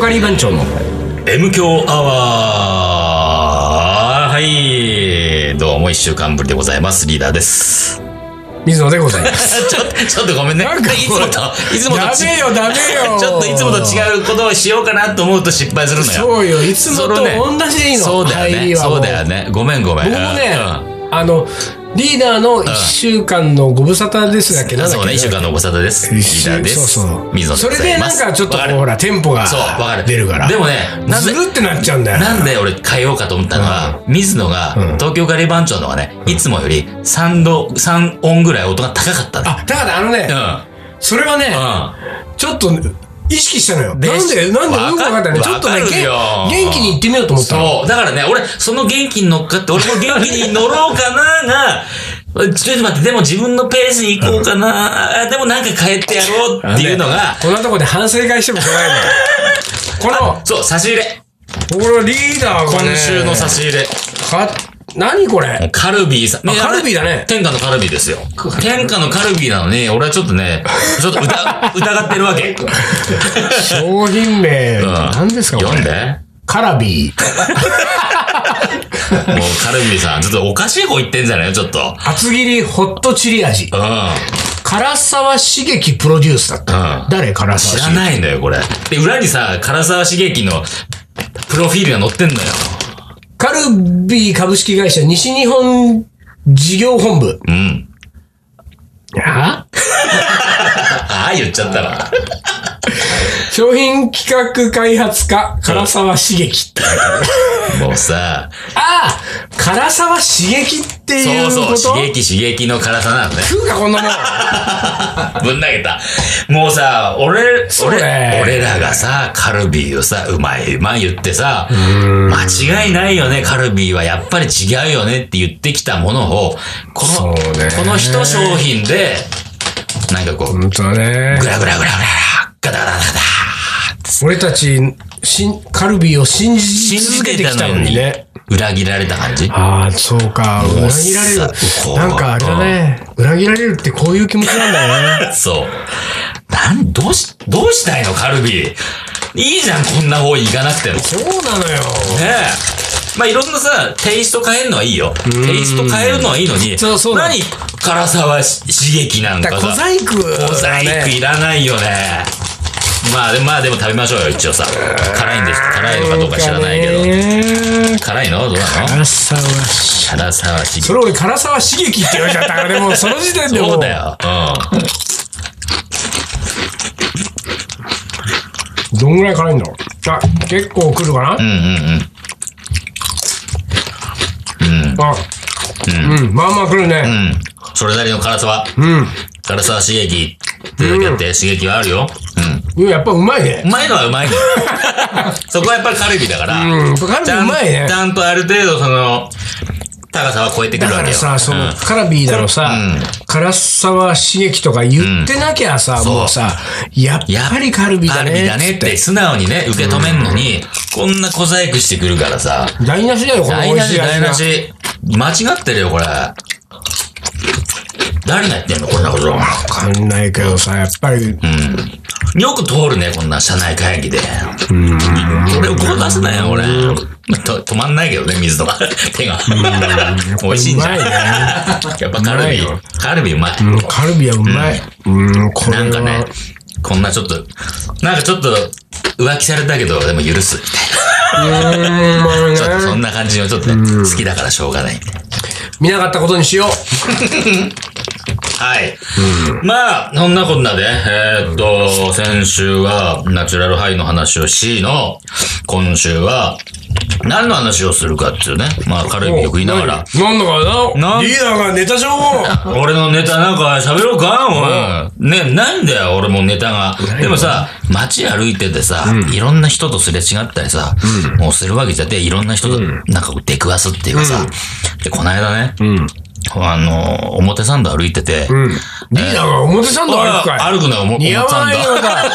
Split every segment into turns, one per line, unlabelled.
海岸町の
M 強アワーはいどうも一週間ぶりでございますリーダーです
水野でございます
ちょっとちょっとごめんね
なんか
いつもといつもと
ダメよダメよ
ちょっといつもと違うことをしようかなと思うと失敗するのよ
そうよいつもと
それね
同じでいいの
そうだよ
入
ね
りはも
そうだよねごめんごめん
僕もね、
うん
あのリーダーの一週間のご無沙汰ですだっけなんだっ
そう
け
ね一週間のご沙汰ですリ
一
ー
週
ダーです
そうそう
水野で
そ
ご
れ
ざ
で
いま
なん
す
かちょっと
わ
こ
か
う
る
ほらテンポが
そうわかる
出るから
でもねな
ず
ぜ
るってなっちゃうんだよ
なんで俺変えようかと思ったのは、水野が、東京ガリバン長のはね、いつもより3度、三音ぐらい音が高かったの。
あだからあのね、それはね、
う
ちょっと意識したのよ。なんで、
で
なんでよくわかったね。
わ
ち
か
ょっとね、
わか
げ
るよ
ん元気に行ってみようと
ん。
思ったの。
そう。だからね、俺、その元気に乗っかって、俺も元気に乗ろうかなが、 ちょっと待って、でも自分のペースに行こうかな、あでもなんか変えてやろうっていうのが、
こんなとこで反省会しても来ない のよ。こ
そう、差し入れ。
の、このリーダーが、ね、
今週の差し入れ。
か、何これ
カルビーさん。ね
カルビーだね
天下のカルビーですよ。天下のカルビーなのに、俺はちょっとね、ちょっ と疑疑ってるわけ。
商品名、
うん
何ですかこ
読ん
れ
で。
カラビー。
もうカルビーさん、ちょっとおかしい方言ってんじゃないよ、ちょっと。
厚切りホットチリ味
う。ん。
唐沢茂樹プロデュースだった。
うん
誰唐沢茂
知
樹
らないのよ、これ。で、裏にさ、唐沢茂樹のプロフィールが載ってんのよ。
カルビー株式会社西日本事業本部。
うん。
あ
ああ、言っちゃっ たら。
商品企画開発課、唐沢茂樹って。
もうさ、
ああ唐沢茂樹っていう
そう
こと
そう、刺激刺激の辛さなのね。
食うか、こんなもん。
ぶん投げた。もうさ、俺、
そう
俺
ね、
俺らがさ、カルビーをさ、うまいうまい言ってさ、間違いないよね、カルビーはやっぱり違うよねって言ってきたものを、この、
そうね
この一商品で、なんか こう、
本当だね
グ。ラグラグラグラ、ガタガタガタガタ。
俺たち、しん、カルビーを信じ
信
続
じ
け
て
て
た
きた
の
のに
に
ね。、
裏切られた感じ
ああ、そうか。
もう
裏切られる
さこ。う
なんかあれだね。裏切られるってこういう気持ちなんだよね。
そう。なん、どうし、どうしたいの、カルビー。いいじゃん、こんな方行かなくても。
そうなのよ。
ねえ。まあ、いろんなさ、テイスト変えるのはいいよ。テイスト変えるのはいいのに、
そうそうだ
何、唐沢し刺激なん
だか
から
小
さ。
細工、ね。
小細工いらないよね。まあ、でも、まあ、でも食べましょうよ、一応さ。辛いんです。辛いのかどうか知らないけど。
ど。
辛いのどうなの
唐沢茂
唐沢刺激。
それ俺、唐沢茂樹って言われちゃったからね、もうその時点でもう。
そうだよ。うん。
どんぐらい辛いんだろうあ、結構来るかな、
うんうん
あ、うん、まあまあ来る
う
ね。
ん。うん。それなりの辛さは、
うん。
辛さは刺激ってだけあって刺激はあるよ。う
うん、やっぱうまい
ん。う
ね。
まいのは うまいのよそこはやっぱりカルビだから。
うん、カルビ
ちゃ
うんまいね
ち。ゃんとある程度その、高さは超えてく
だ
る
か
わけ
ら
よ。
さ、その、
うん
カラビーだのさ
うん、
唐沢茂樹とか言ってなきゃさ、
う
もうさ、やっ
やっ
ぱりカルビー
カ
だ
ル
ね。
ビだねって素直にね、受け止めんのに、こんな小細工してくるからさ。
台無しだよ、この
台
美
無
味し
し、
い
台
味
無
が。
し。間違ってるよ、これ。誰がやってんのこんなこと。
わかんないけどさ、やっぱり、
うん。よく通るね、こんな社内会議で。俺、こう出せないよ、俺。と止まんないけどね、水とか。 手が。美味しいんじゃん。
うまいね
やっぱカル
うまい
ビ
よ、
カルビうまい。
うんカルビーはうまい。うん、これ
なんかね
は。、
こんなちょっと、なんかちょっと浮気されたけど、でも許すみたいな。
うん、うまい
ちょっとそ
ね。
んな感じの、ちょっとね、好きだからしょうがないみたいな。
見なかったことにしよう。
はい。まあ、そんなこんなで、えーっと、先週はナチュラルハイの話をしの、今週は、何の話をするかっていうね。まあ、軽い魅力言いながら。
なんだか
な
な、
ん
リーダーがネタ情報
俺のネタなんか喋ろうかおい。ね、ないんだよ、俺もネタが。でもさ、街歩いててさ、いろんな人とすれ違ったりさ、もうするわけじゃって、いろんな人となんかこう出くわすっていうかさ、で、この間ね、あの、表参道歩いてて、
うん。リーダーが表参道歩くかい
歩くのよ、も
似合わないよ
表参道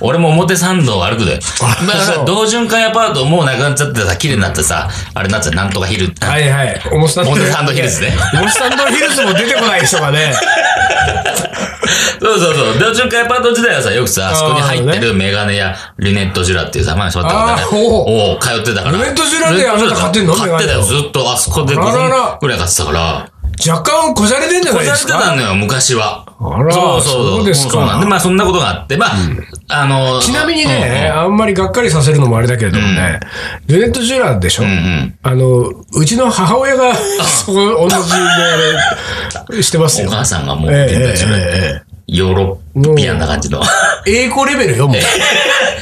俺も表参道を歩くで。
あ
だか
そう
ら、同潤会アパートもうなくなっちゃってさ、綺麗になってさ、あれなっちゃなんとかヒル、
はいはい。表参道
表参道ヒルズね。
モンスタンドヒルズも出てこない人がね。
そうそうそう。で、中華アパート時代はさ、よくさ、あそこに入ってるメガネやルネットジュラっていうさ、前に座ってたからね
あ。ーお
おう通ってたから。
ルネットジュラであなた買ってんの
買ってたよ。
メガ
ずっとあそこで5
あらら
分ぐらい買ってたから。
若干こじゃれてんじゃ
こ
ない
じ
で
ゃれ
す
て
か。
たのよ、昔は。
あら
そうそう。
そうですか
なんで、まあそんなことがあって、まあ、あの、
ちなみに
うんうん
ね、あんまりがっかりさせるのもあれだけれどもね、ルネット・ジュラでしょ、
ん
あの、うちの母親が、そこ、同じあれ、してます
お
よ。
母さんがもう、
ええ
現代ジュラっ
え
てヨーロッピアンな感じの。
英語レベルよ、もう。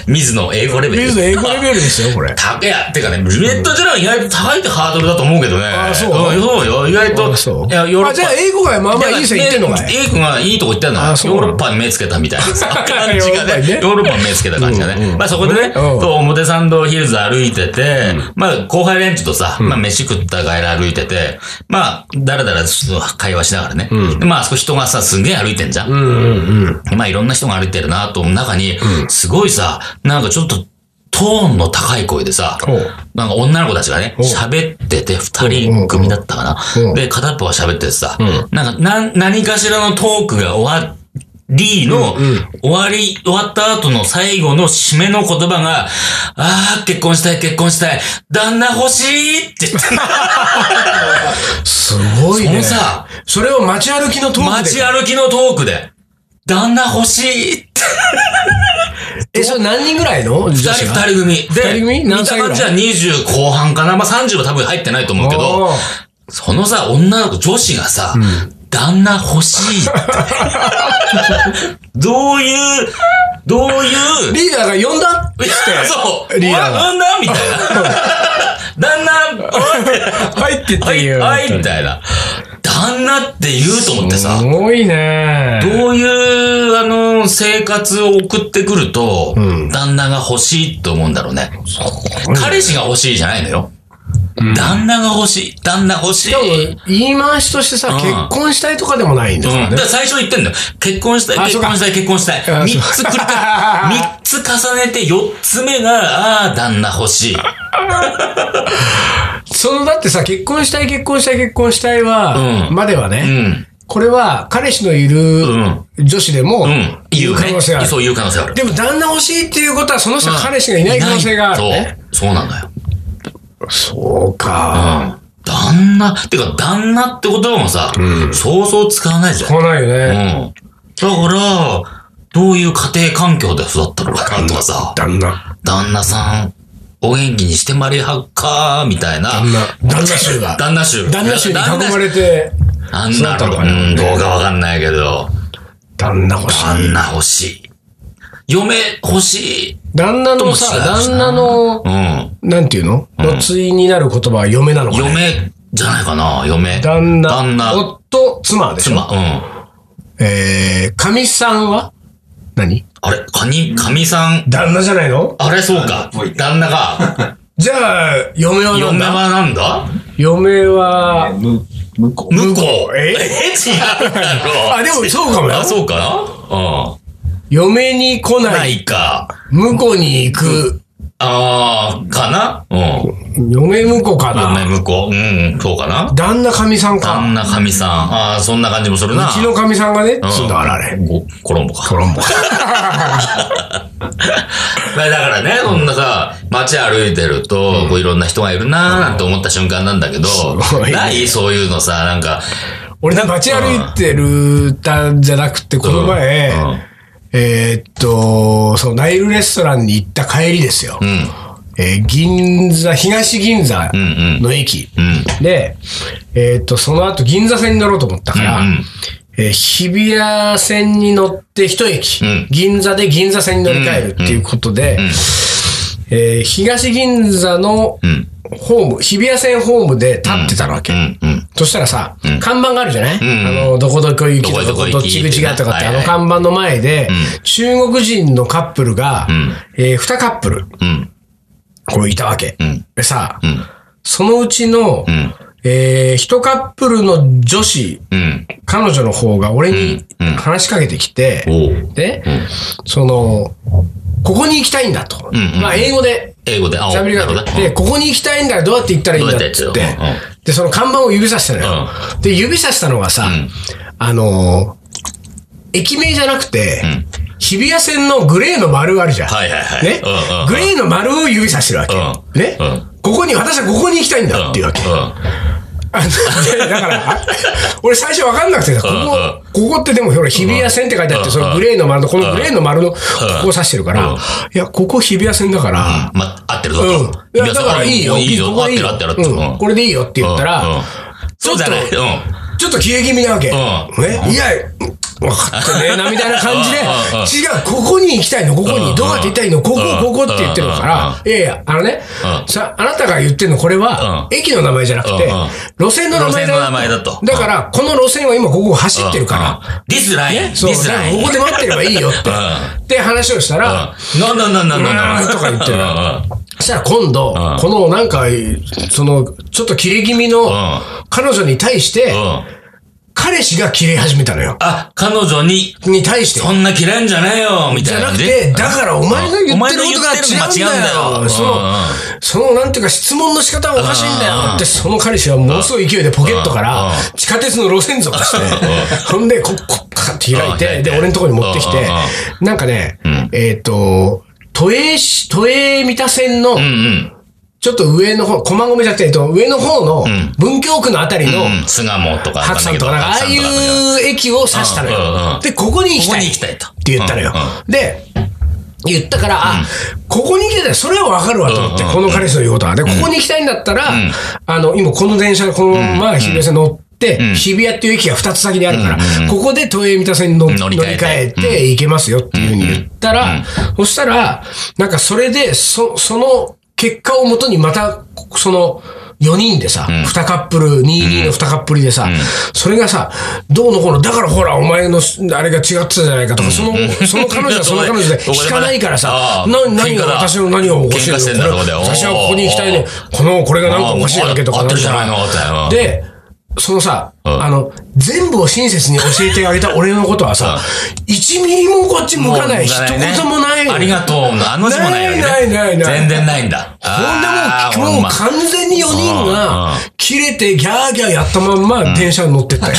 水野英語レベル。
ビーズ英語レベルですよ、これ。
高いや、てかね、ルネットジュラン意外と高いってハードルだと思うけどね。あ
そう
そうよ、意外と。
あそう
いや、ヨーロッパ。
あじゃあ、英語がまあまあいい線いってんのかい
ね A 君がいいとこ行ったんだ
あそう
ヨーロッパに目つけたみたいな さ感じがね。
ヨ
ヨ
ー
ーロッパに目つけた感じがね。まあそこでね、
うん
そう表参道ヒルズ歩いてて、まあ後輩連中とさ、まあ飯食った帰り歩いてて、まあ、だらだら会話しながらね。でまああそこ人がさ、すんげえ歩いてんじゃん。まあいろんな人が歩いてるなと思う中に、すごいさ、なんかちょっとトーンの高い声でさ
ほう、
なんか女の子たちがね、喋ってて二人組だったか
うんうん
な。で、片っぽが喋っててさ、なんかなん何かしらのトークが終わりの、終わり、終わった後の最後の締めの言葉が、あー、結婚したい、結婚したい、旦那欲しいって言ってんの
すごい
そ
ね。
のさ、
それを街歩きのトーク
街
で。
歩きのトークで、旦那欲しいって
え、それ何人ぐらいの女子
二
が
人、二人組。で、
二人組何歳ぐらい
見た感じは20後半かな。まあ、30は多分入ってないと思うけ
お
ど
ー、
そのさ、女の子、女子がさ、旦那欲しいって。 どういう、どういう、
リーダーが呼んだって。
そう、
リーダーが
あ女みたい な。旦那、
入ってって
はい、
いう。
はい、みたいな。旦那って言うと思ってさ
す、ごいね。
どういう、あの、生活を送ってくると、旦那が欲しいと思うんだろうね。彼氏が欲しいじゃないのよ。旦那が欲しい。旦那欲しい。うん。
言い回しとしてさ、
ん
結婚したいとかでもないんですよ
だか
ね。
ら最初言ってんだよ。結婚した
あ
い、
そ
結
うか
婚したい、結婚したい。
あ
三つ繰り返す。 三つ重ねて四つ目が、ああ、旦那欲しい。
そのだってさ、結婚したい、結婚したい、結婚したいは、
うん
まではね、
うん。
これは彼氏のいる女子でも、
うん。
言う可能性あ
ね
る。
そういう可能性ある。
でも旦那欲しいっていうことは、その人
うん
彼氏がいない可能性がある、ね。
そう。そうなんだよ。
そうか。
旦那、てか旦那って言葉もさ、そうそう使わないじゃん。
来ないよ
う
ね。
ん。だから、どういう家庭環境で育ったのかなとかさ、
旦那。
旦那さん、お元気にしてまりはっかーみたいな。
旦那。旦那衆が。
旦那衆。
旦那衆に囲ま
れ
れて、
あんな
育ったの
の、
か
う、
なん
どうかわかんないけど、
旦那欲しい。
旦那欲しい。嫁欲しい。
旦那のさ、
とも違うし
旦
な
那の
う、ん。
なんていうの、の対になる言葉は嫁なのかね。
嫁じゃないかな、嫁。
旦那、
旦那、
夫、妻でしょ。
妻、うん。
えー、神さんは何
あれ、かに、かみさん、
旦那じゃないの
あれ、そうか。旦 那が、
じゃあ、嫁はなん
嫁
だ
はなんだ
嫁は、
む、向こう。
向こう。
え
え 違うだろ。
あ、でもそうかもよ
あ、。そうかな
嫁に来
うん。
な、
ないいか。
向こうに行く、
ああ、かなうん。
嫁婿かな。
嫁向こう。うん、そうかな
旦那神さんか。
旦那神さん。ああ、そんな感じもするな。
うちの神さんがね、
うん
つんだからあれ。
ごコロンボか。
ト ロンボ。
まあだからね、そんなさ、街歩いてると、こういろんな人がいるなーなんて思った瞬間なんだけど
ごい、ね
ないそういうのさ、なんか、
俺なんか街歩いてる歌じゃなくて、この前、
うん
えーっと、そう、ナイルレストランに行った帰りですよ。
うん、
えー銀座、東銀座
うん、
の駅。
うん、うん、
で、えーっと、その後銀座線に乗ろうと思ったから、
うん
えー日比谷線に乗って一駅、
うん
銀座で銀座線に乗り換えるっていうことで、
ん
えー東銀座の
うん、
ホーム、日比谷線ホームで立ってたわけ。
うん、うん、
そしたらさ、看板があるじゃない、
んうん
あの、どこどこ行きとか、
ど
ど
こどこ行き
っち口がとかって、あ
はい
の
はい
看板の前で、中国人のカップルが、
ん
えー二カップル、
うん、
こういたわけ。
うん、
でさ、
ん
そのうちの、
ん
えー一カップルの女子、
うん、
彼女の方が俺に
うんうん
話しかけてきて、
おう
で、その、ここに行きたいんだと。
んうん
まあ、英語で
英語で、あ、お
喋り
なるほ
が
ど
けて、
ね
で、ここに行きたいんだらどうやって行ったらいいんだっ
どう
て
やって
言
や
っ
つよ
て、で、その看板を指さしたのよ。で、指さしたのがさ、
ん
あのー駅名じゃなくて、日比谷線のグレーの丸あるじゃん。
はいはいはい
ね
うんうんうん。
グレーの丸を指さしてるわ
う
け。
ん
ね
うん。
ここに、私はここに行きたいんだっていうわけ。
う
あの だから、あ俺最初わかんなくてさ、ここ、ここってでもほら、日比谷線って書いてあって、そのグレーの丸の、このグレーの丸の、ここを指してるか
う
ら
ん、
いや、ここ日比谷線だから、
ん。ま、合ってるぞ
うん。
と。
いや、だからいいよ。
いい
こ
ぞ。
こ
合っ
でいい
てる
よ
合ってる合ってる。
うんこれでいいよって言った
うんう
ら
ん、そうじゃない。うん。
ちょっと消え気味なわけ。
うん
ねいや、分かったねえな、みたいな感じで、
うんうんうん
違う、ここに行きたいの、ここ
う
に、
ん
どうやって行きたいの、ここ
うん、
ここって言ってるから、いやいや、あのね、
うん
さ、あなたが言ってるの、これは、
う
駅の名前じゃなくて
うんうん、
路線の名前だ
路線の名前だと
だから、この路線は今ここを走ってるから、
ら。ディスライン。ディ
そう、
ス
だか
ラ
ら
イン。
ここで待ってればいいよって
う、
って話をしたら、
うんなんだなんだなんだなん
う
だ。
んとか言ってる
うんうん
そしたら今度、
うん
このなんか、その、ちょっと切れ気味の
ん
彼女に対して、
うん。
彼氏が切れ始めたのよ。
あ、彼女に、
に対して。
そんな嫌いんじゃねえよ、み
じ
た
ゃ
いな
なく
感じ。
て、だからお前の言ってることが違うんだ
お前の言ってるのが違うんだ
よ。
よ
そ
うんうん
の、そのなんていうか質問の仕方がおかしいんだよ
うん
って、その彼氏はものすごい勢いでポケットか
うん
ら
うん
地下鉄の路線図を出して、ほんで、こ、こ、かって開い
うん開
て、
いて
で、俺のところに持ってき
うん
て
うん、
なんかね、えっと、都営し、都営三田線の、
うんうん。
ちょっと上の方、駒込じゃなくて、えっと、上の方の
ん、
文京区のあたりの、
うん、巣鴨とかなん
白
だ
山
け
とか
ど。
なんか、ああ
白山とかなんだけ
い
ど
う駅を指したの
うんうんう
よ
ん。
で、ここに行きたい。
ここに行きたいと
って言ったのよ
うんう。
で、言ったから、あ、ここに来てたらそれはわかるわと思って、この彼氏の言うことは。で、ここに行きたいんだったら、あの、今この電車、このまま日比谷線乗って、日比谷っていう駅が2つ先にあるから、ここで都営三田線に乗乗
乗
り
り
換
換
え
えて
て行けますよっていうふうに言ったら、そしたら、なんかそれで、そ、その結果をもとにまた、その、4人でさ、2カップル、22の2カップルでさ、それがさ、どうのこうの、だからほら、お前のあれが違ってたじゃないかとか、その、その彼女はその彼女で聞かないからさ、
うん
な何
喧
が
嘩だ
私の何がおかしいの
喧嘩してんだ
これ
そこでおー
私はここに行きたいね。この、これがなんかおかしいわけとか
合
ん
っ
か
てるじゃないのって。うん
で、そのさ、
ん
あの、全部を親切に教えてあげた俺のことはさ、1ミリもこっち向かない、一
もう
言
ね
もない。
ありがとうの、あの字もないよね。
ないないないない
全然ないんだ。あー
ほんでもう、もう完全に4人が、切れてギャーギャーやったまんま電車に乗って ったよ。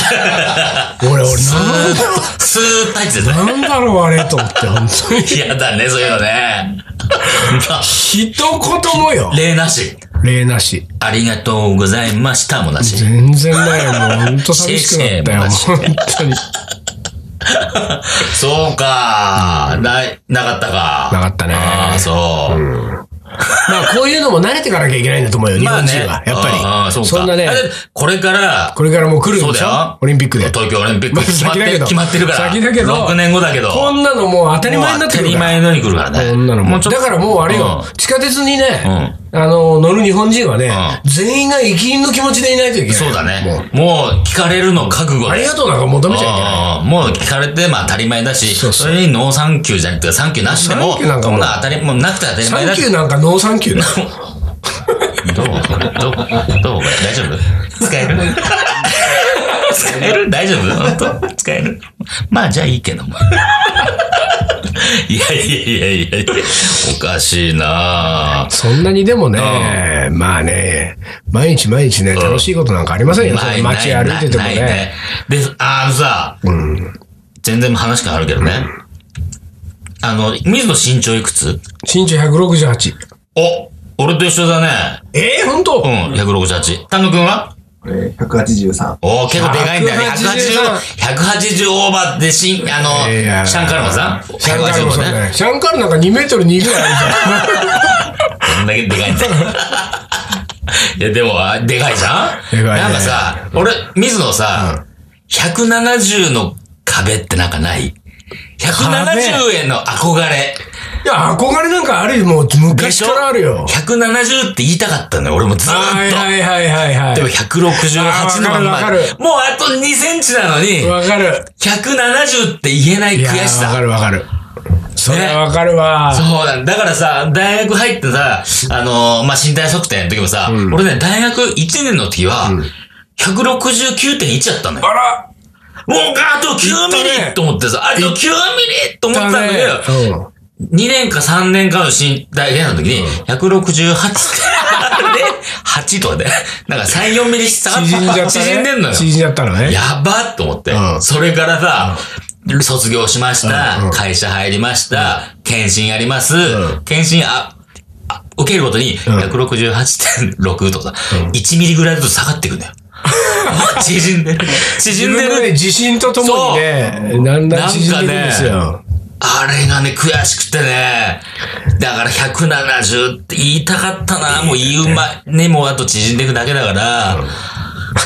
俺、俺、
スーッと入っ てた
な
ね。
んだ、なんだろう、あれ、と思って、本 当に。
嫌だね、そういうのね。
一言もよ。
例なし。
礼なし。
ありがとうございましたもなし。
全然ないよ、もう。ほんと寂しくなったよ、
シ
本当に。
そうか。ない、なかったか。
なかったね
ああ、そう。
まあ、こういうのも慣れてかなきゃいけないんだと思うよ、日
まあ
本
ね
人は。やっ
あ
ぱ
あ
り。
そうか。
そんなね
あ、れこれから、
これからもう来るん
そう
で
だ
しょ
よ。
オリンピックで。
東京オリンピック
まあ
決まっ
先だけ
て、
ど
決まってるから。
先だけど
6年後だけど。
こんなのもう当たり前になってくるから。
もう当たり前のように来るからね。
こんなのもう。
ちょっ
だ
と
からもうあれよ、
うん
地下鉄にね、あの、乗る日本人はね、
う
全員が駅員の気持ちでいないといけない。
そうだ
もう
ね。もう聞かれるの覚悟
あり
で。
がとうなんか求めちゃいけない。
うんもう聞かれて、まあ当たり前だし、
そうそう
それにノーサンキューじゃなくて、サンキューなしで
サン
も、
キューなんかも
こんな当たり、もうなくて当たり前
サ
だ
ン
し
キューなんかノーサンキューだ。
どうこれどうどうこれ大丈夫使える使える大丈夫本当使えるまあ、じゃあいいけど も。いやいやいやいやいや、おかしいなぁ
そんなにでもね、まあね、毎日毎日ね、楽しいことなんかありませんよ。その街
ない
歩いてても
ないない
ね。
ねで、あのさ、全然話変わるけどね。あの、水野身長いくつ
身長168。
お俺と一緒だね。
ええ、ほんと
うん、168。丹野くんは
えー、183。
おー、結構でかいんだね。
183
180、180オーバーでしん、あの、
いや
シャンカルマさん
シャンカルもそう
185ね。
ね。シャンカルなんか2メートル2ぐらいあるじゃん。
どんだけで かいんだよ。いや、でも、あでかいじゃん
でかいね
なんかさ、俺、水野さ、170の壁ってなんかない ?170 への憧れ。
いや、憧れなんかあるよ。もう
でし
昔
ょ
からあるよ。
170って言いたかったのよ、俺もずーっ
はい
と。
はいはいはいはい
でも。168のまん
あーわ
ま
かるわか。
もうあと2センチなのに、
わかる。
170って言えない
い
悔
やー
し
わか
さ。
るわかる。それはわかるわ。
そうなんだ。からさ、大学入ってさ、あのーまあ、身体測定の時もさ、俺ね、大学1年の時は、169.1だったのよ。
あら
もうあと9ミ
いったね
リと思ってさ、あと9ミリと思ってたんだけど、
うん
2年か3年かの身体検査の時に、168 で、8とかで、なんか3、4ミリ下がっ
縮んじゃったね。
縮んでんのよ。
縮んじゃったのね。
やばっと思って、
うん
それからさ、卒業しました、会社入りました、検診やります、検診あ、あ受けるごとに168.6とか、1ミリぐらいずつ下がっていくん だよ。縮んでる。縮んで
自分のね
る。
自信とともにね、だんだん縮んでるんです
な
よ。
あれがね、悔しくてね。だから170って言いたかったな。もう言うま、ね、もうあと縮んでいくだけだから、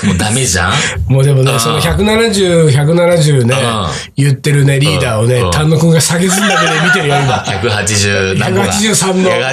もうダメじゃん
もうでも
う
ね、
ん
その170、170ね
うん、
言ってるね、リーダーをね
うん、
丹野くんが下げずんだけで見てるよ、今。
?180 何個が。
183の
183が。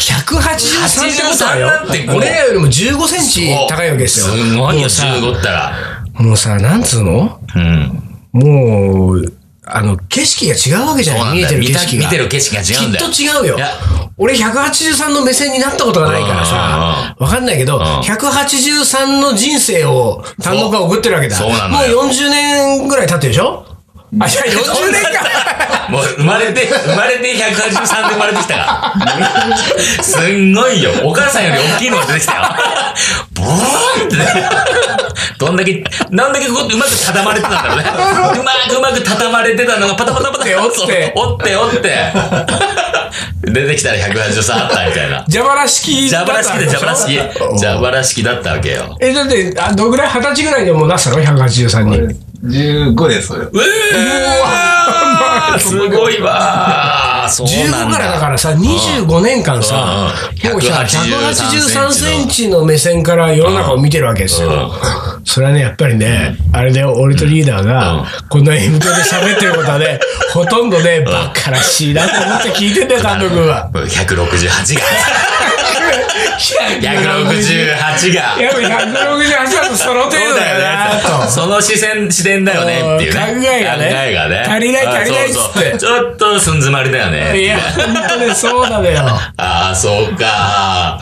183だよ
83だって。
俺らよりも15センチ高いわけですよ。
すごい
も
よ、
うさ
15ったら。
もうさ、なんつうの
うん。
もう、あの、景色が違うわけじゃ
そう
な
な
見
いん
え
だ
て
よ。
る
見
景
た
色
見
が。
てる景色が違うんだよ。
きっと違うよ
いや。
俺183の目線になったことがないからさ、わかんないけど、183の人生を単独が送ってるわけだ。
そうそうな
も
の
う
よ
40年ぐらい経ってるでしょあ、いや、40年 か。
もう生まれて、生まれて183で生まれてきたか ら。すんごいよ。お母さんより大きいのが出てきたよ。ボーンってね。どんだけ、なんだけこううまく畳まれてたんだろうね。うまくうまく畳まれてたのがパタパタパタ
折って
そう折って折って。出てきたら183あったみた いな。
蛇腹式
蛇
だった
腹
わけ
式
で
で
しょ。
蛇腹式。蛇腹式だったわけよ。
え、だって、あどのぐらい二十歳ぐらいでもう出したの ?183 に。
15です、
うわーすごいわーそうなん
15
だ
からだからさ、25年間さ、
うん
もうさ183
183
センチの目線から世の中を見てるわけですよ。それはね、やっぱりね、あれで俺とリーダー
うん
が、こんな M 響で喋ってることはね、 ほとんどね、バカらしいなと思って聞いてんだよ、単独は。
168が。168が。
やっぱ168だとその程
そう
度だ
だ
よな
よね。
と。
その視線、視点だよねっていうね。
うん考えがね
考えがね。
足りない足りないっつって
あそうそうちょっと寸詰まりだよね。
いや、本当にそうなのよ。
ああ、そうか。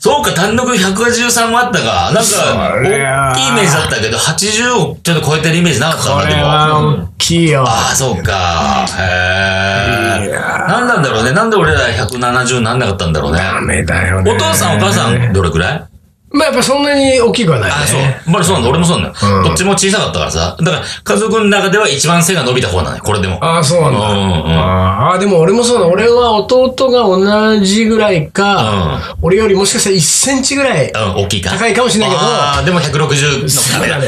そうか、単独183もあったか。なんか、
そりゃ
大きいイメージだったけど、80をちょっと超えてるイメージなかった
こ
な、で
れ
も。
は大きいよ。
ああ、そうか。へえ。
いや
なんなんだろうね。なんで俺ら170になんなかったんだろうね。
ダメだよね。
お父さんお母さんどれくらい
まあやっぱそんなに大きくはないね。
あ、そう。まだそうなんだ。俺もそうなんだ
う
よ。
ん
どっちも小さかったからさ。だから、家族の中では一番背が伸びた方なのよ。これでも。
ああ、そうなんだ。
うんうん
ああ、でも俺もそうだ。俺は弟が同じぐらいか、俺よりもしかしたら1センチぐらい、
うん、大きいか。
高いかもしれないけど
ああ、でも160の壁だ。
そうだ
うん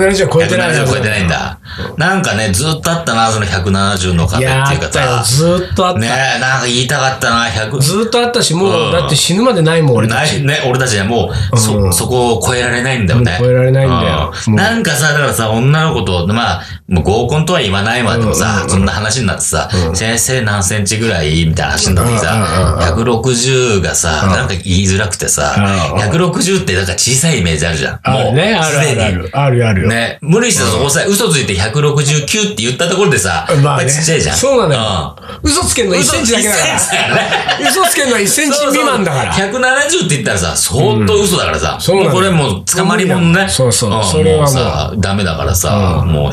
ね170は超えてない
170は超えてないんだ。なんかね、ずっとあったな、その170の
い
壁って
や
いう
ー、あ
か
ったよ。
さ。
ずーっとあった。
ねえ、なんか言いたかったな、100。
ずーっとあったし、もう、
うん
だって死ぬまでないもん、俺た
な
ち。
いね、俺たちはもう、
う
そ、
ん
そこを超えられないんだよね。
うん超えられないんだよ
うん
もう
なんかさ、だからさ、女の子と、まあ、もう合コンとは言わないわ、で
う
も
んうん
さ
う、ん
そんな話になってさ、先生何センチぐらいみたいな話になってさ、160がさ、なんか言いづらくてさ
うん、
160ってなんか小さいイメージあるじゃん。
あ
も
る
う、
ね、あるあ
す
るあ
でに。
る。あるあるよ。
ね、無理してそこさ、嘘ついて169って言ったところでさ、
まあね
やっぱりちっちゃいじゃん。
そうなの
よ。
嘘つけんの1センチだけだ
1センチだよね。
から。嘘つけんのは1センチ未満だから。
そうそう170って言ったらさ、相当嘘だからさ。
そうな
も
の
うこれもう捕まりもんね。
そうそうんそれはもう
うさ、ダメだからさ、もう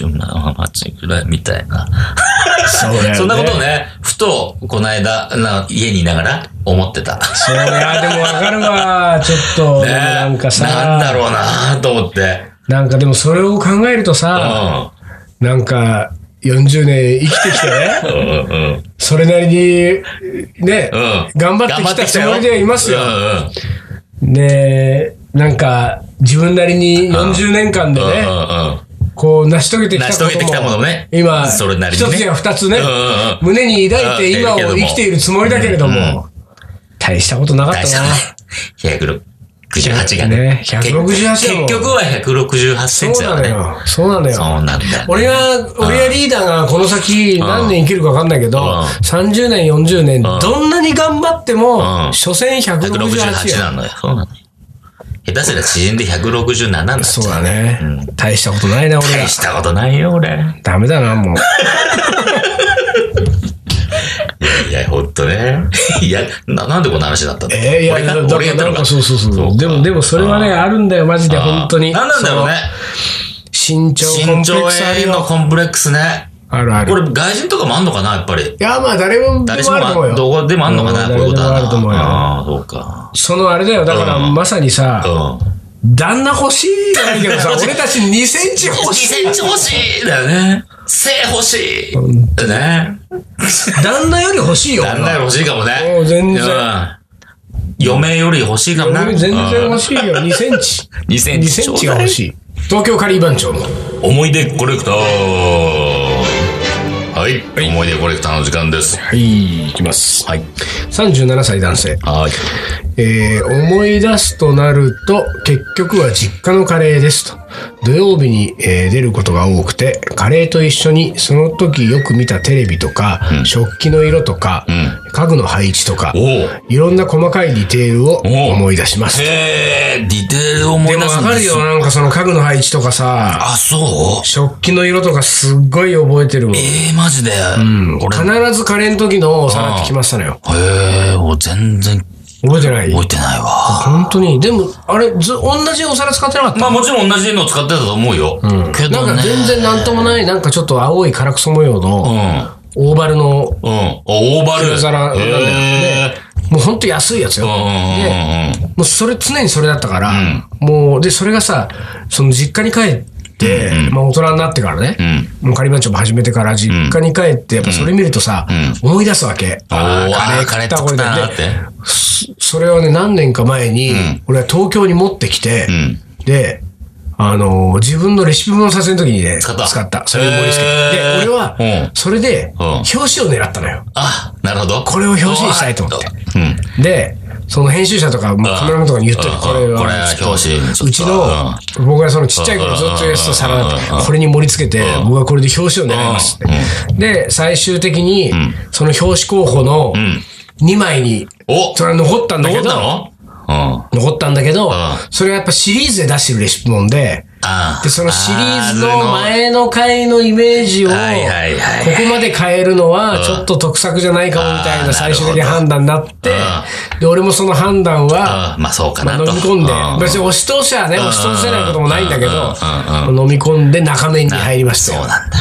168ぐらいみたいな。
そうだよね
そんなことをね、ふと、この間、な家にいながら思ってた。
そうや、でもわかるわ。ちょっと、
ね
でもなんかさ、
なんだろうなと思って。
なんかでもそれを考えると
う
さ、
ん。
なんか、40年生きてきてね、
うんうん
それなりに、ね、
うん。
頑張ってきたつもりではいますよ
う。んうん
で、なんか、自分なりに40年間で
うん
ね、
うんうん
こう、成し遂げてきたこ
成し
とも
遂げてきたものね
今、
それなりにね
一つや二つね
うんうんうん、
胸に抱いて今を生きているつもりだけれど
うん
も、大したことなかった
大した
な。
ね。168が
ね
ね。
168だもん
結局は168セン
そ
チ
う
だ
な
よ
の
ね。
よ。そうなの
そう
よ。
なんだよね。
俺が、俺やリーダーがこの先何年生きるか分かんないけど、
うん
30年、40年、
ん
どんなに頑張っても、
うん
所詮168
168
や
な。のよ。そうなのよ。下手すりゃ縮んで167になっ
そ
ち
う
ゃ
だ
う。
ね、大したことないな、俺ら
大。したことないよ、俺。い
ダメだな、もう。
やいや、ほんとね。 いや、な、なんでこんな話だったの
えー、いや、
俺が
だ
俺がやった
な
の
ん
か。
かそうそうそう。
か
でも、でもそれはね、あるんだよ、マジで、
あー
本当に。
何なんだろうね。
その。身長コン
身
プレッ
長
クスある
への
よ。
コンプレックスね。
あるあ
こ
る。
れ、外人とかもあんのかな、やっぱり。
いや、まあ、誰も、
誰
誰
し
もあると思う
も、
よ。
どこでもあんのかな、
うん
こういうことはな。
誰でもあると思うよ
ああ、そうか。
そのあれだよ、だから、
うん
まさにさ、
う
旦那欲しいじゃないけどさ、
旦那欲しい
俺たち2センチ
2
欲し
センチ欲しいだよね。背欲しいだね。
い。旦那より欲しいよ。
旦那より欲しいかもね。
おう全然
うん嫁より欲しいかもな。
俺全然
うん
欲しいよ。2センチ。
2セン
2
チ
セ
ちょ
ン
う
チ
だ
が
い
欲しい。東京カリー番長の。
思い出コレクター。はい。思い出コレクターの時間です。
はい、いきます。
はい。
37歳男性。
はい。
えー思い出すとなると、結局は実家のカレーですと。土曜日に、えー出ることが多くて、カレーと一緒にその時よく見たテレビとか、食器の色とか、家具の配置とか、
おう。
いろんな細かいディテールを
お
思い出します。
へえ、ディテールを思
で
い
も
出
わ
すん
か
で
る
す
よ、なんかその家具の配置とかさ、
あ、そう
食器の色とかすっごい覚えてるもん。
ええ、マジで。俺、へ
必ずカレーの時のお皿ってきましたのよ。
え、俺全然
覚えてない
覚えてないわ。
本当に。でも、あれ、ず、同じお皿使ってなかった
まあもちろん同じの使ってたと思うよ。け
な
ど
んか
ね。
全然なんともない、なんかちょっと青い唐草模様
うん。う
の
ん。
オーバルの、も
あオーバル。
白皿なんだよね
へえ
うほんと安いやつ
うん
よ。
うんうん
もうそれ、常にそれだったから、もう、で、それがさ、その実家に帰って、まあ大人になってからね、もうカリバンチョも始めてから実家に帰って、やっぱそれ見るとさ、思い出すわけ。
うん。おー
あ
あ
ー
ー
カ
カ
レ
レ
ー
ー
食ったこれ
作った
だ
な
よ
っ
ね
て。
そそれをね、何年か前に、俺は東京に持ってきて、で、あのー自分のレシピ本の撮影の時にね、
使った
それを盛り付けて。
へー
で、俺は
うん、
それで、
うん
表紙を狙ったのよ。
あ、なるほど。
これを表紙にしたいと思って
おーうん。
で、その編集者とか、まあ
うん
カメラマンとかに言ってる、
うん
これ
これ
は
は
ちょっと、
表紙にちょっと
うちの、僕がそのちっちゃい頃ずっとやってた皿だった
うん
これに盛り付けて、
うん
僕はこれで表紙を狙いますって。で、最終的に、その表紙候補の
ん
2枚に、
お
それは残ったんだけ
残っ
ど、
たのうん。
残ったんだけど
ん、
それはやっぱシリーズで出してるレシピ本で、
あー
で、そのシリーズ
あ
の
ー
前の回のイメージを、こ
はいはいはい
こまで変えるのは、ちょっと得策じゃないかもみたい
あーなる
な
ほど
最終的な判断になって、で、俺もその判断は、
うんまあそうか
まあ
な
飲
と。
み込んで
う、
別に押し通しはね、
ん
押し通せないこともないんだけど
う、
飲み込んで中面に入りましたよ
そう。なんだ。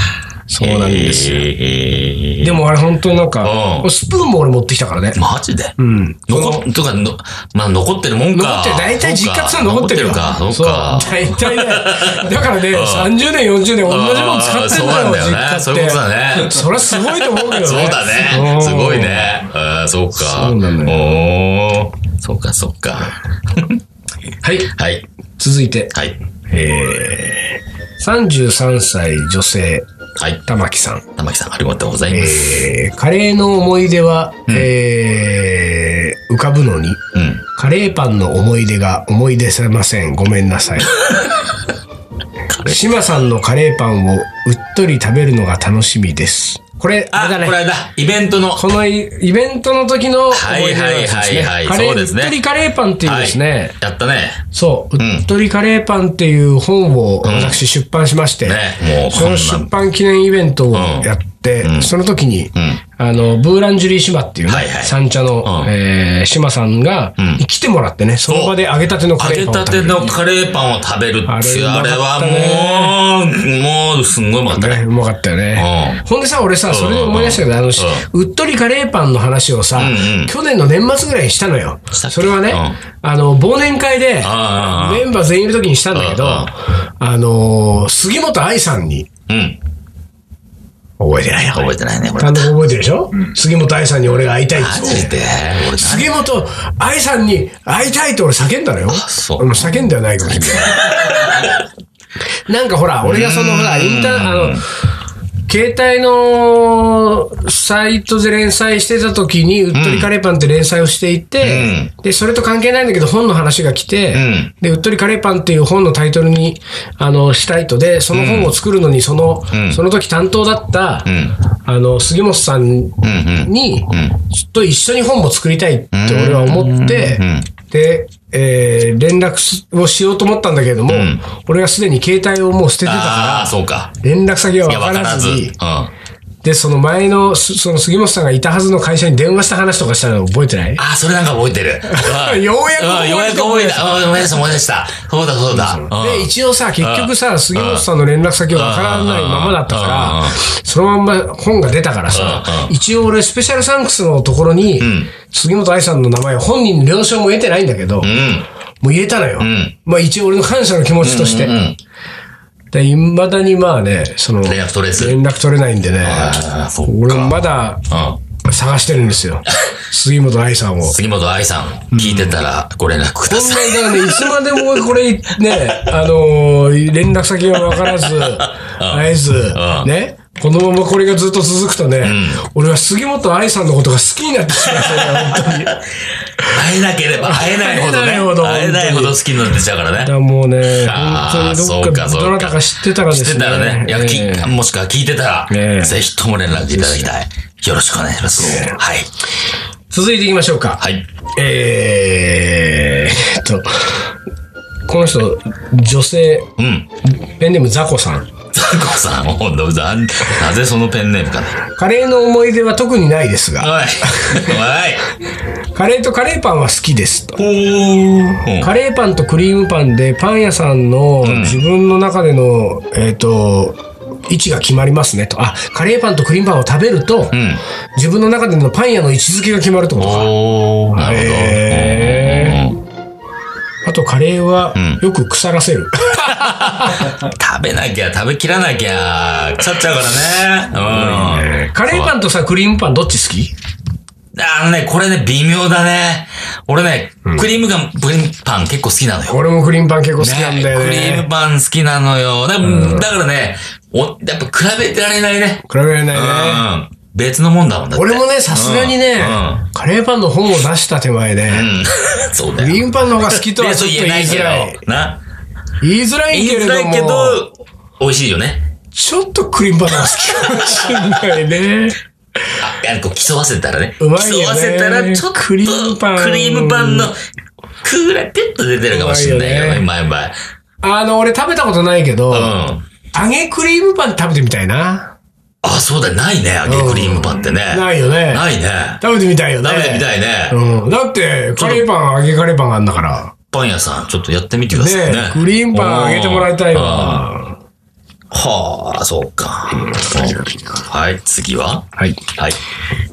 そうなんですよ。
へえ
でもあれ本当になんか
う、ん
スプーンも俺持ってきたからね。
マジで
うん。
残っ、とか、のまあ残ってるもんか。
残ってる、大体実家ってのは残ってるよ。
そうか、そうか。
そう大体 ね。だからね、30年、40年、同じもの使ってんだ
あーそうなん
よ、
だよね
実家って。
そういうことだね
そりゃすごいと思うけどね。
そうだ
う
ね。
ん
すごい。ね。あーそうか。
そうなの
おーそうか、そうか。
はい、
はい。
続いて、
はい。
えー、33歳女性、
はい。
玉木さん。
玉木さん、ありがとうございます。
えー、カレーの思い出は、えー、浮かぶのに、
うん。
カレーパンの思い出が思い出せません。ごめんなさい。志麻さんのカレーパンをうっとり食べるのが楽しみです。これ、あ
あ、
れだ
これ
ね。
あれだ。イベントの。
このイイベントの時の思い出なんですね。
はいはいはいは
カ
い
レー
そうですね
うっとりカレーパンっていうですね、
はいやったね。
そう、
ん
うっとりカレーパンっていう本を私出版しまして、
ねもう
その出版記念イベントをやって、その時に、あの、ブーランジュリー島っていうね、
はいはい
三茶の、
うん
えー島さんが、
ん
来てもらってね、その場で揚げたてのカ
揚
レ
げ
ーパン
た
を食べ
て
る。
のカレーパンを食べるっていう
あ
あ
れ
れ
うまか
は
ったね
もう、もう、すんごいまかった
ね
ね。
うまかったよね
う。
ほんでさ、俺さ、それで思い出したけど、あの、しうっとりカレーパンの話をさ
んう、ん
去年の年末ぐらいにしたのよ。
したっけ
それはね
うん、
あの、忘年会で、
あ
メンバー全員いる時にしたんだけど、
うん
あのー杉本愛さんに、
あ、うん。
覚えてないな、これ
覚えてないね、これ。
単
マ
独覚えてるでしょ、杉本愛さんに俺が会いたいって言っ
ジ
て。
で俺
杉本愛さんに会いたいって俺叫んだのよ。
そう
俺も叫んではないかもしれ ない。なんかほら、俺がそのほら、インター、あの、携帯のサイトで連載してた時に、うっとりカレーパンって連載をしていて、で、それと関係ないんだけど、本の話が来て、
ん
で、うっとりカレーパンっていう本のタイトルに、あの、したいとで、その本を作るのに、その、その時担当だった、
ん
あの、杉本さん
うんうん。
に、ちょっと一緒に本も作りたいって俺は思って、で、えー連絡をしようと思ったんだけれども、俺はすでに携帯をもう捨ててたか
ああ、そうか。
ら、連絡先が
いや、わ
分
か
からら
ず。
ず
うん。
に、で、その前の、すその杉本さんがいたはずの会社に電話した話とかしたの覚えてない
あ、それなんか覚えてる。う ん
ようやく覚えて
うんようやく覚えた。うん思い出した、思い出した。そうだ、そうだ。
で、一応さ、結局さ、杉本さんの連絡先はわからないままだった
うん
か
うん
ら、そのまんま本が出たからさ
うん、
一応俺スペシャルサンクスのところに、杉本愛さんの名前、本人の了承も得てないんだけど
う、ん。
もう言えたのよ。
ん
まあ一応俺の感謝の気持ちとして。
うんうん
で、いまだにまあね、その、
連絡取れず
連絡取れないんでね。
ああ、そっ
俺も
か。
まだ
うん。
探してるんです よ。杉本愛さんを。
杉本愛さん、聞いてたらご連絡くだ
こん
さ。
ないだからね、いつまでもこれ、ね、あのー連絡先が分からず、会えず、ね、このままこれがずっと続くとね、俺は杉本愛さんのことが好きになってしまった本当に。だか
会えなければ会えないほど
会えないほ
ね。
ど
会えないほど好きになってっちゃうからね。
らもうね、
あ
本
ー
当に
そ
ど
う
っか、
か、そうか。
どなたか知ってたらですね。
知ってたらね。いや、き
ええ
もしくは聞いてた
ええ
ら、ぜひとも連絡いただきたい。よろしくお願いします。はい。
続いていきましょうか。
はい。
えーっと、この人、女性、
うん。
ペンネームザコさん。
ザコさん、ほんとななぜそのペンネームかね。
カレーの思い出は特にないですが、
おい。
カレーとカレーパンは好きですと。
おい。ほ
カレーパンとクリームパンでパン屋さんの自分の中での、えっ、と、位置が決まりますねと。あ、カレーパンとクリームパンを食べると、
う。うん。
自分の中でのパン屋の位置づけが決まるってことか。
おー。なるほど。
へ
うん
あとカレーは
ん
よく腐らせる。
食べなきゃ、食べきらなきゃ、腐っちゃうからね。うん。
カレーパンとさ、クリームパンどっち好き
あのね、これね、微妙だね。俺ね、クリームが、クリームパン結構好きなのよ。
俺もクリームパン結構好きなんだよね。
クリームパン好きなのよ。だだからね、お、やっぱ比べてられないね。
比べられな
う
いね。
ん。別のもんだもんだって。
俺もね、さすがにね、
うん
カレーパンの本を出した手前で、
うん。そうだ
ク
よ。
リームパンの方が好きと
い
は
や
ち
そ
ょ
う
っと
言
言
え
い
ないけ
づ
ど
らい。。
な。
言いづらい
言い
けれ
づ
ど
ら
も。
いけど、美味しいよね。
ちょっとクリームパンの方が好きかもしれない ね。
あ、あのこう、競わせたらね。
うまいよね
競わせたら、ちょっと、
クリームパン
クリームパンの、クーラーピュッと出てるかもしれないけどね、
う
前々。
あの、俺食べたことないけど、
うん。
揚げクリームパン食べてみたいな。
あ、そうだ、ないね、揚げクリームパンってね。
ないよね。
ないね。
食べてみたいよね。
食べてみたいね。
うん。だって、カレーパン、揚げカレーパンがあんだから。
パン屋さん、ちょっとやってみてくだ
ね
さいね。
クリームパンあげてもらいたい
うん
わ。
はあ、そうか。はい、次は
はい。
はい。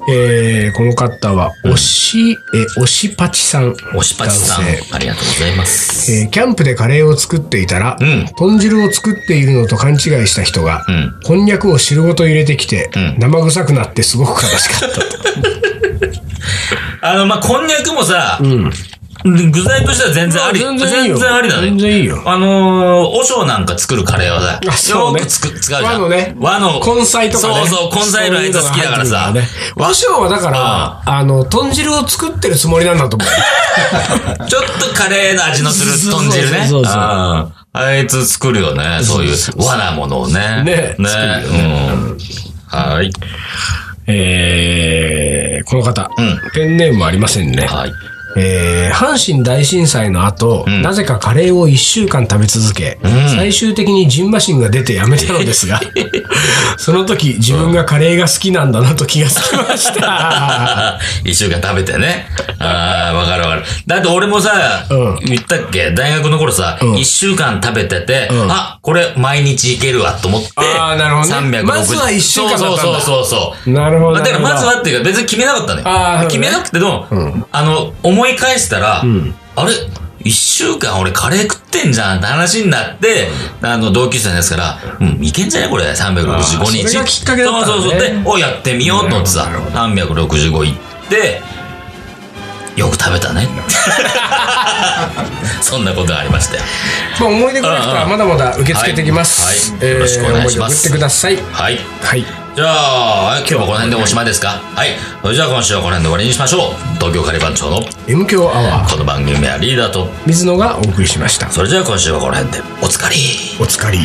えー、この方は、おし、え、おしパチさん。
おしぱちさん
男性、
ありがとうございます。
えーキャンプでカレーを作っていたら、
うん
豚汁を作っているのと勘違いした人が、
ん
こんにゃくを汁ごと入れてきて、
うん
生臭くなってすごく悲しか った。
あの、まあ、こんにゃくもさ、具材としては全然あり、
まあ
全
全然いいよ
然ありだね。
全然いいよ
あのー、お醤なんか作るカレーはさ、
あそう
よ
ね
ーくつく使うじゃん。
和のね
和の。
根菜とかね。
そうそう、根菜類あいつ好きだからさ。
和尚はだから、あの、豚汁を作ってるつもりなんだと思う。
ちょっとカレーの味のする豚汁
そうそ
ね。
うそうそう
あーあいつ作るよね。そういう和なものをね。
ね
ね。
作るよ
うん。はい。
えー、この方、
ん
ペンネームはありませんね。
はい。
えー阪神大震災の後、なぜかカレーを1週間食べ続け、最終的にジンマシンが出てやめたのです が、その時自分がカレーが好きなんだなと気がつきました。
一週間食べてね。ああ、わかるわかる。だって俺もさ、
うん
言ったっけ大学の頃さ、一、
ん
週間食べてて、
ん
あ、これ毎日いけるわと思って、
あーなるほどね
360
まずは一週間だったんだ
そうそうそうそう。
なるほど
だから
なるほど
まずはっていうか別に決めなかったのよ。
あー
決めなくても、あの、思い返したら、あれ一週間俺カレー食ってんじゃんって話になって、あの、同級生のやつから、うん、いけんじゃねこれ、365
あー
日。
それがきっかけだったんだね
そうそうそう。で、をやってみようと思ってさ、365行って、よく食べたね。 そんなことがありまして。
まあ、思い出コレクタ
うんう
ー
ん
まだまだ受け付けてきます。
はいはいよろしくお願いします
えー思い出送ってください。
はい。
はい。
じゃあ、今日はこの辺でおしまいですかはい。それじゃあ今週はこの辺で終わりにしましょう。東京カレー番長の
M 強アワー、
この番組はリーダーと、
水野がお送りしました。
それじゃあ今週はこの辺でおつかり。
お疲れ。